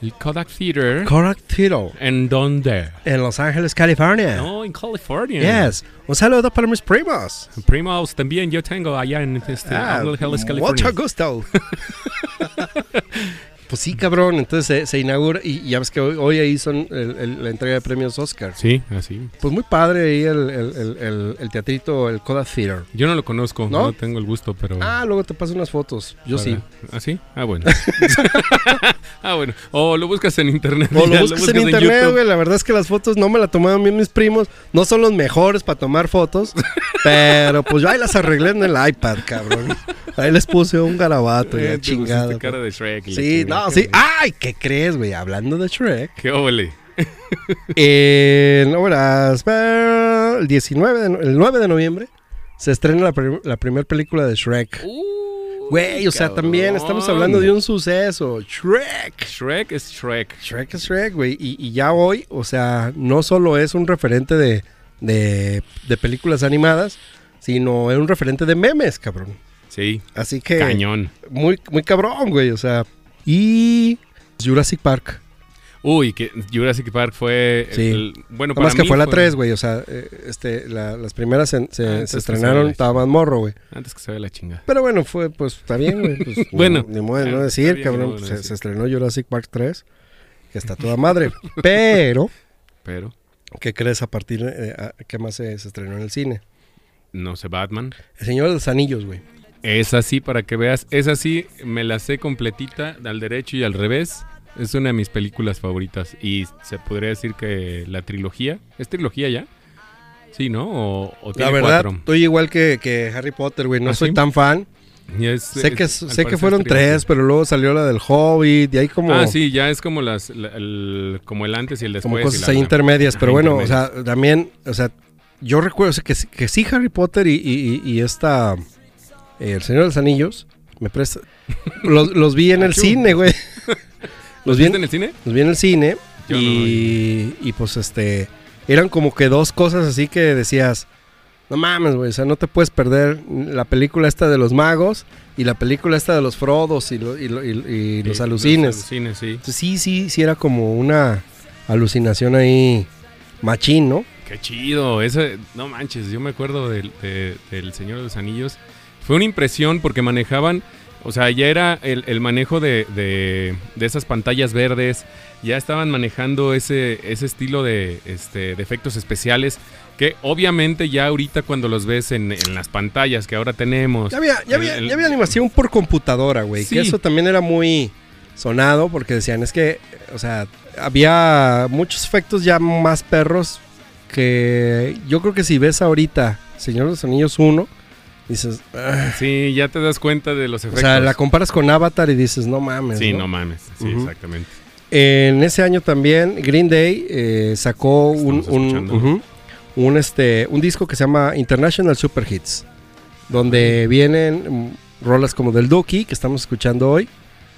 Speaker 2: El Kodak Theater.
Speaker 1: Kodak Theater.
Speaker 2: ¿En dónde?
Speaker 1: En Los Ángeles, California.
Speaker 2: No, en California.
Speaker 1: Yes. Un saludo para mis primos.
Speaker 2: Primos también yo tengo allá en este, Los Ángeles, California.
Speaker 1: Ah, Mucho gusto. pues sí, cabrón. Entonces se, se inaugura y y ya ves que hoy, hoy ahí son el- el- la entrega de premios Oscar.
Speaker 2: Sí, así.
Speaker 1: Pues muy padre ahí el, el- el- el- el teatrito, el Coda Theater.
Speaker 2: Yo no lo conozco, no,
Speaker 1: ¿No?
Speaker 2: tengo el gusto, pero.
Speaker 1: Ah, luego te paso unas fotos. Yo
Speaker 2: para-
Speaker 1: sí.
Speaker 2: ¿Ah, sí? Ah, bueno. ah, bueno. O lo buscas en internet.
Speaker 1: O
Speaker 2: ya,
Speaker 1: lo buscas en
Speaker 2: YouTube.
Speaker 1: internet, güey. La verdad es que las fotos no me las tomaron bien mis primos. No son los mejores para tomar fotos. pero pues yo ahí las arreglé en el iPad, cabrón. Ahí les puse un garabato y
Speaker 2: Eh,
Speaker 1: la
Speaker 2: te
Speaker 1: chingada.
Speaker 2: pusiste cara de Shrek. y la
Speaker 1: Sí,
Speaker 2: chingada.
Speaker 1: no, sí. ¡Ay! ¿Qué crees, güey? Hablando de Shrek.
Speaker 2: Qué óvole.
Speaker 1: En horas, eh, el 19 de no- el 9 de noviembre se estrena la, prim- la primera película de Shrek. Güey, o sea, también estamos hablando de un suceso. Shrek.
Speaker 2: Shrek es Shrek.
Speaker 1: Shrek es Shrek, güey. Y, y ya hoy, o sea, no solo es un referente de, de, de películas animadas, sino es un referente de memes, cabrón.
Speaker 2: Sí,
Speaker 1: Así que...
Speaker 2: cañón.
Speaker 1: Muy, muy cabrón, güey, o sea. Y Jurassic Park.
Speaker 2: Uy, que Jurassic Park fue.
Speaker 1: Sí.
Speaker 2: el- bueno,
Speaker 1: Nada más
Speaker 2: para
Speaker 1: que
Speaker 2: mí
Speaker 1: fue la 3, güey. O sea, eh, este, la- las primeras se, se-
Speaker 2: entonces
Speaker 1: se
Speaker 2: que
Speaker 1: estrenaron,
Speaker 2: sale.
Speaker 1: estaba más morro, güey.
Speaker 2: Antes que se vea la chinga.
Speaker 1: Pero bueno, fue, pues, está bien, güey. pues, ni-
Speaker 2: Bueno.
Speaker 1: Ni, modo de no
Speaker 2: Ah,
Speaker 1: decir,
Speaker 2: está bien, ni
Speaker 1: cabrón. pues,
Speaker 2: modo de
Speaker 1: se,
Speaker 2: no decir.
Speaker 1: se estrenó Jurassic Park 3, que está toda madre. Pero,
Speaker 2: Pero.
Speaker 1: ¿qué crees a partir de eh, a- qué más se, se estrenó en el cine?
Speaker 2: No sé, Batman.
Speaker 1: El Señor de los Anillos, güey.
Speaker 2: Es así para que veas. Es así, me la sé completita, al derecho y al revés. Es una de mis películas favoritas. Y se podría decir que la trilogía. ¿Es trilogía ya? Sí, ¿no? O, o
Speaker 1: La
Speaker 2: tiene
Speaker 1: verdad,
Speaker 2: cuatro.
Speaker 1: estoy igual que, que Harry Potter, güey. No
Speaker 2: ¿Ah,
Speaker 1: soy
Speaker 2: sí?
Speaker 1: tan fan.
Speaker 2: Y es-
Speaker 1: sé que,
Speaker 2: es- al
Speaker 1: sé que
Speaker 2: parecer
Speaker 1: fueron
Speaker 2: es trilogía.
Speaker 1: tres, pero luego salió la del Hobbit y hay como...
Speaker 2: Ah, sí, ya es como las la- el, como el antes y el después.
Speaker 1: como
Speaker 2: y
Speaker 1: cosas
Speaker 2: la-
Speaker 1: ahí intermedias,
Speaker 2: Ajá,
Speaker 1: pero bueno, o sea, también, o sea, yo recuerdo o sea, que, sí- que sí Harry Potter y, y- y- y esta, eh, El Señor de los Anillos, me presta, los, los vi en el
Speaker 2: Achú.
Speaker 1: cine, güey. los, vi
Speaker 2: ¿Viste en
Speaker 1: en,
Speaker 2: el cine?
Speaker 1: los vi en el cine
Speaker 2: Yo no lo
Speaker 1: y, y pues este, eran como que dos cosas así que decías, no mames, güey, o sea, no te puedes perder la película esta de los magos y la película esta de los frodos y, lo- y lo- y- y los
Speaker 2: Sí,
Speaker 1: alucines.
Speaker 2: Los alucines, sí.
Speaker 1: Entonces, sí, sí, sí era como una alucinación ahí machín, ¿no?
Speaker 2: Qué chido, ese, no manches, yo me acuerdo del, de- del Señor de los Anillos. Fue una impresión porque manejaban, o sea, ya era el, el manejo de, de- de esas pantallas verdes, ya estaban manejando ese, ese estilo de, este, de efectos especiales, que obviamente ya ahorita cuando los ves en, en las pantallas que ahora tenemos,
Speaker 1: Ya había, ya
Speaker 2: Pues, El-
Speaker 1: había,
Speaker 2: el-
Speaker 1: ya había animación por computadora, güey.
Speaker 2: Sí.
Speaker 1: Que eso también era muy sonado porque decían, es que, o sea, había muchos efectos ya más perros que yo creo que si ves ahorita Señor de los Anillos 1, dices, "Ah".
Speaker 2: sí, ya te das cuenta de los
Speaker 1: o
Speaker 2: efectos.
Speaker 1: sea, la comparas con Avatar y dices, no mames.
Speaker 2: sí,
Speaker 1: ¿no?
Speaker 2: no mames, sí,
Speaker 1: Ujú.
Speaker 2: exactamente.
Speaker 1: En ese año también Green Day eh, sacó un,
Speaker 2: Estamos
Speaker 1: un,
Speaker 2: escuchando.
Speaker 1: ujú, un, este, un disco que se llama International Super Hits, donde vienen mm, rolas como del Duki, que estamos escuchando hoy,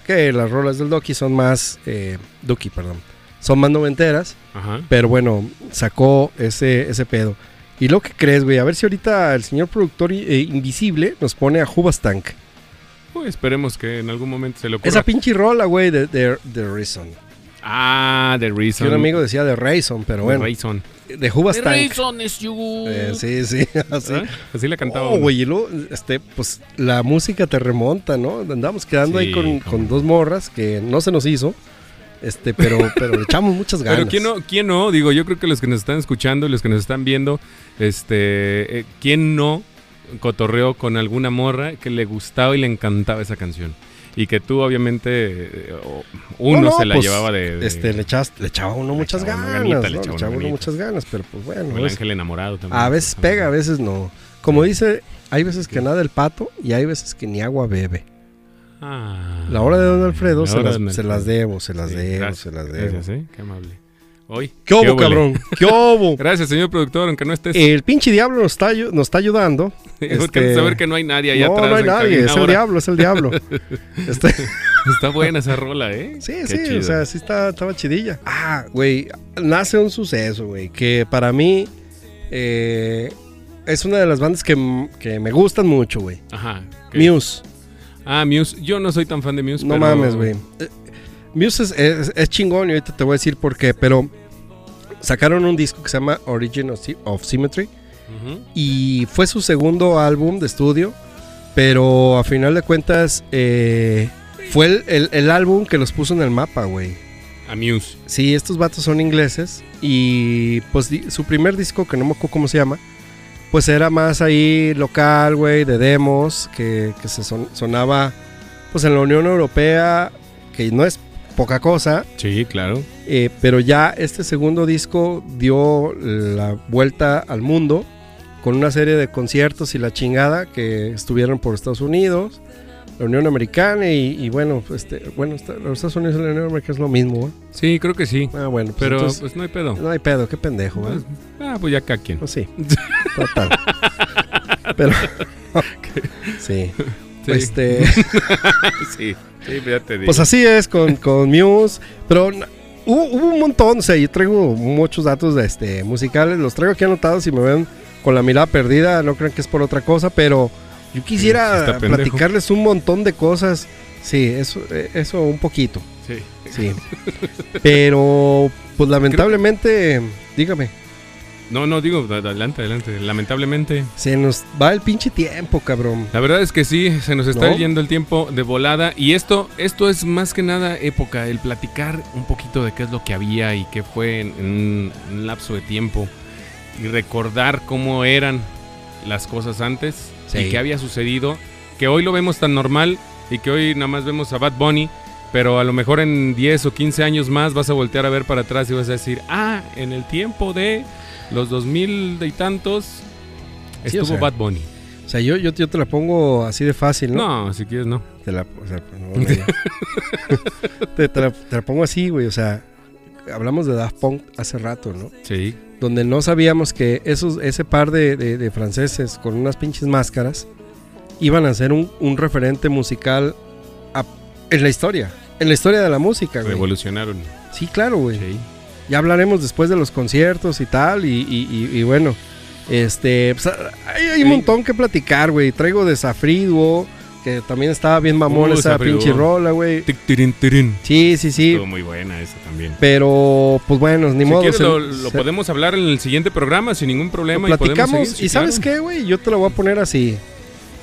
Speaker 1: que las rolas del Duki son más, eh, Duki, perdón, son más noventeras,
Speaker 2: Ajá.
Speaker 1: pero bueno, sacó ese, ese pedo. Y lo que crees, güey, a ver si ahorita el señor productor eh, invisible nos pone a Jubas Tank.
Speaker 2: Pues esperemos que en algún momento se le ocurra.
Speaker 1: Esa pinche rola, güey, de, de, de Reason.
Speaker 2: ah, The
Speaker 1: Que
Speaker 2: Reason.
Speaker 1: un amigo decía de Reason, pero
Speaker 2: The
Speaker 1: bueno.
Speaker 2: Reason.
Speaker 1: De Jubas Tank.
Speaker 2: is you.
Speaker 1: Eh, sí, sí, así.
Speaker 2: ¿Ah? Así la cantaba.
Speaker 1: Oh,
Speaker 2: uno.
Speaker 1: güey, y luego, este, pues la música te remonta, ¿no? Andamos quedando ahí
Speaker 2: Sí,
Speaker 1: con,
Speaker 2: cómo
Speaker 1: con
Speaker 2: no.
Speaker 1: dos morras que no se nos hizo, este, pero, pero le echamos muchas ganas.
Speaker 2: Pero ¿quién no, ¿quién no? Digo, yo creo que los que nos están escuchando y los que nos están viendo, este, eh, ¿quién no cotorreó con alguna morra que le gustaba y le encantaba esa canción? Y que tú, obviamente, eh, o- uno
Speaker 1: No, no,
Speaker 2: se la
Speaker 1: pues,
Speaker 2: llevaba de... de-
Speaker 1: Este, le, echas- le echaba uno muchas
Speaker 2: echaba uno
Speaker 1: ganas,
Speaker 2: ganita,
Speaker 1: ¿no?
Speaker 2: le
Speaker 1: le
Speaker 2: echaba uno
Speaker 1: echaba uno
Speaker 2: ganita.
Speaker 1: muchas ganas, pero pues
Speaker 2: o
Speaker 1: bueno.
Speaker 2: el
Speaker 1: es-
Speaker 2: ángel enamorado también. Ah.
Speaker 1: a veces pega, a veces no. Como dice, hay veces que nada el pato y hay veces que ni agua bebe.
Speaker 2: Ah.
Speaker 1: La hora de Don Alfredo
Speaker 2: La
Speaker 1: se
Speaker 2: hora
Speaker 1: las,
Speaker 2: de Don
Speaker 1: se las
Speaker 2: Alfredo.
Speaker 1: debo, se las
Speaker 2: Sí,
Speaker 1: debo,
Speaker 2: gracias,
Speaker 1: se las debo.
Speaker 2: Gracias, ¿eh? Qué amable. Hoy.
Speaker 1: ¿Qué hubo,
Speaker 2: huele?
Speaker 1: cabrón? ¿Qué hubo?
Speaker 2: Gracias, señor productor, aunque no estés.
Speaker 1: El pinche diablo nos está, ayu- nos está ayudando.
Speaker 2: porque
Speaker 1: este-
Speaker 2: saber que no hay nadie allá
Speaker 1: no,
Speaker 2: atrás.
Speaker 1: no hay
Speaker 2: en
Speaker 1: nadie,
Speaker 2: cabina
Speaker 1: es el
Speaker 2: ahora.
Speaker 1: diablo, es el diablo. Este,
Speaker 2: Está buena esa rola, ¿eh?
Speaker 1: sí,
Speaker 2: Qué
Speaker 1: sí,
Speaker 2: chido.
Speaker 1: o sea, sí está, estaba chidilla. Ah, güey, nace un suceso, güey, que para mí eh, es una de las bandas que, m- que me gustan mucho, güey.
Speaker 2: Ajá. ok.
Speaker 1: Muse,
Speaker 2: Ah, Muse. Yo no soy tan fan de Muse.
Speaker 1: no
Speaker 2: pero-
Speaker 1: mames, güey. Pues, Eh, Muse es, es- es chingón y ahorita te voy a decir por qué, pero sacaron un disco que se llama Origin of Sy- of Symmetry.
Speaker 2: Ujú.
Speaker 1: y fue su segundo álbum de estudio, pero a final de cuentas eh, fue el, el- el álbum que los puso en el mapa, güey.
Speaker 2: A Muse.
Speaker 1: Sí, estos vatos son ingleses y pues di- su primer disco, que no me acuerdo cómo se llama, pues era más ahí local, güey, de demos, que, que se son- sonaba pues en la Unión Europea, que no es poca cosa,
Speaker 2: Sí, claro.
Speaker 1: eh, pero ya este segundo disco dio la vuelta al mundo con una serie de conciertos y la chingada que estuvieron por Estados Unidos, la Unión Americana y, y bueno, este, bueno, esta- los Estados Unidos y la Unión Americana es lo mismo. ¿eh?
Speaker 2: Sí, creo que sí.
Speaker 1: Ah, bueno, pues
Speaker 2: Pero
Speaker 1: entonces,
Speaker 2: pues no hay pedo.
Speaker 1: no hay pedo, qué pendejo. ¿eh?
Speaker 2: Ah, pues ya acá quien.
Speaker 1: Pues sí, total. Pero sí,
Speaker 2: Sí.
Speaker 1: este,
Speaker 2: sí. Sí, ya te digo.
Speaker 1: pues así es con, con Muse, pero n- hubo, hubo un montón, o sea, yo traigo muchos datos de este, musicales, los traigo aquí anotados y me ven con la mirada perdida, no crean que es por otra cosa, pero yo
Speaker 2: Sí,
Speaker 1: quisiera
Speaker 2: está pendejo.
Speaker 1: platicarles un montón de cosas, sí, eso, eh, eso un poquito,
Speaker 2: Sí.
Speaker 1: sí, pero pues lamentablemente, dígame,
Speaker 2: No, no, digo, ad- adelante, adelante. Lamentablemente.
Speaker 1: se nos va el pinche tiempo, cabrón.
Speaker 2: La verdad es que sí, se nos está
Speaker 1: ¿No?
Speaker 2: yendo el tiempo de volada y esto, esto es más que nada época, el platicar un poquito de qué es lo que había y qué fue en, en un lapso de tiempo y recordar cómo eran las cosas antes
Speaker 1: Sí.
Speaker 2: y qué había sucedido, que hoy lo vemos tan normal y que hoy nada más vemos a Bad Bunny, pero a lo mejor en 10 o 15 años más vas a voltear a ver para atrás y vas a decir, ah, en el tiempo de los 2000 y tantos
Speaker 1: Sí,
Speaker 2: estuvo
Speaker 1: o sea,
Speaker 2: Bad Bunny.
Speaker 1: O sea, yo, yo, yo te la pongo así de fácil, ¿no?
Speaker 2: No, si quieres no.
Speaker 1: Te la, o sea, pues, no, güey. te, te la, te la pongo así, güey. O sea, hablamos de Daft Punk hace rato, ¿no?
Speaker 2: Sí.
Speaker 1: Donde no sabíamos que esos, ese par de, de- de franceses con unas pinches máscaras iban a ser un, un referente musical a- en la historia. En la historia de la música, güey.
Speaker 2: Revolucionaron.
Speaker 1: Sí, claro, güey.
Speaker 2: Sí.
Speaker 1: Ya hablaremos después de los conciertos y tal. Y, y- y- y bueno, este. pues, hay, hay un
Speaker 2: Sí.
Speaker 1: montón que platicar, güey. Traigo de Safriduo, que también estaba bien mamón
Speaker 2: Uh,
Speaker 1: esa
Speaker 2: Safriduo.
Speaker 1: pinche rola, güey.
Speaker 2: Tic, tirin, tirin.
Speaker 1: Sí, sí, sí.
Speaker 2: Estuvo muy buena esa también.
Speaker 1: Pero, pues bueno, ni
Speaker 2: Si
Speaker 1: modo.
Speaker 2: quieres
Speaker 1: se-
Speaker 2: lo, lo
Speaker 1: se-
Speaker 2: podemos hablar en el siguiente programa sin ningún
Speaker 1: lo
Speaker 2: problema.
Speaker 1: platicamos.
Speaker 2: podemos
Speaker 1: Y, sabes qué, güey, yo te lo voy a poner así.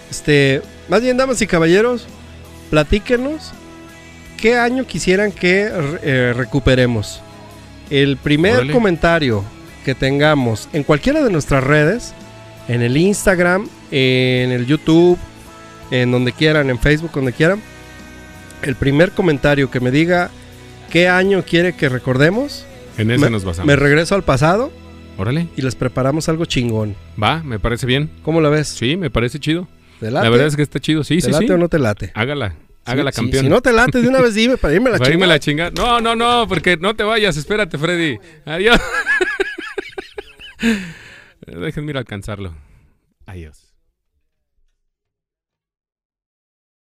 Speaker 1: Este, más bien, damas y caballeros, platíquenos qué año quisieran que eh, recuperemos. El primer
Speaker 2: Órale.
Speaker 1: comentario que tengamos en cualquiera de nuestras redes, en el Instagram, en el YouTube, en donde quieran, en Facebook, donde quieran, el primer comentario que me diga qué año quiere que recordemos,
Speaker 2: En ese nos basamos.
Speaker 1: me regreso al pasado
Speaker 2: Órale,
Speaker 1: y les preparamos algo chingón.
Speaker 2: va, me parece bien.
Speaker 1: ¿Cómo la ves?
Speaker 2: Sí, me parece chido.
Speaker 1: ¿Te late?
Speaker 2: La verdad es que está chido. Sí,
Speaker 1: ¿Te
Speaker 2: sí,
Speaker 1: late
Speaker 2: sí.
Speaker 1: o no te late?
Speaker 2: Hágala. haga la
Speaker 1: Si-
Speaker 2: campeona.
Speaker 1: Si, no te late de una vez, dime para irme la
Speaker 2: Para irme
Speaker 1: chinga.
Speaker 2: la chinga. No, no, no, porque no te vayas. Espérate, Freddy. Adiós. Déjenme ir a alcanzarlo. Adiós.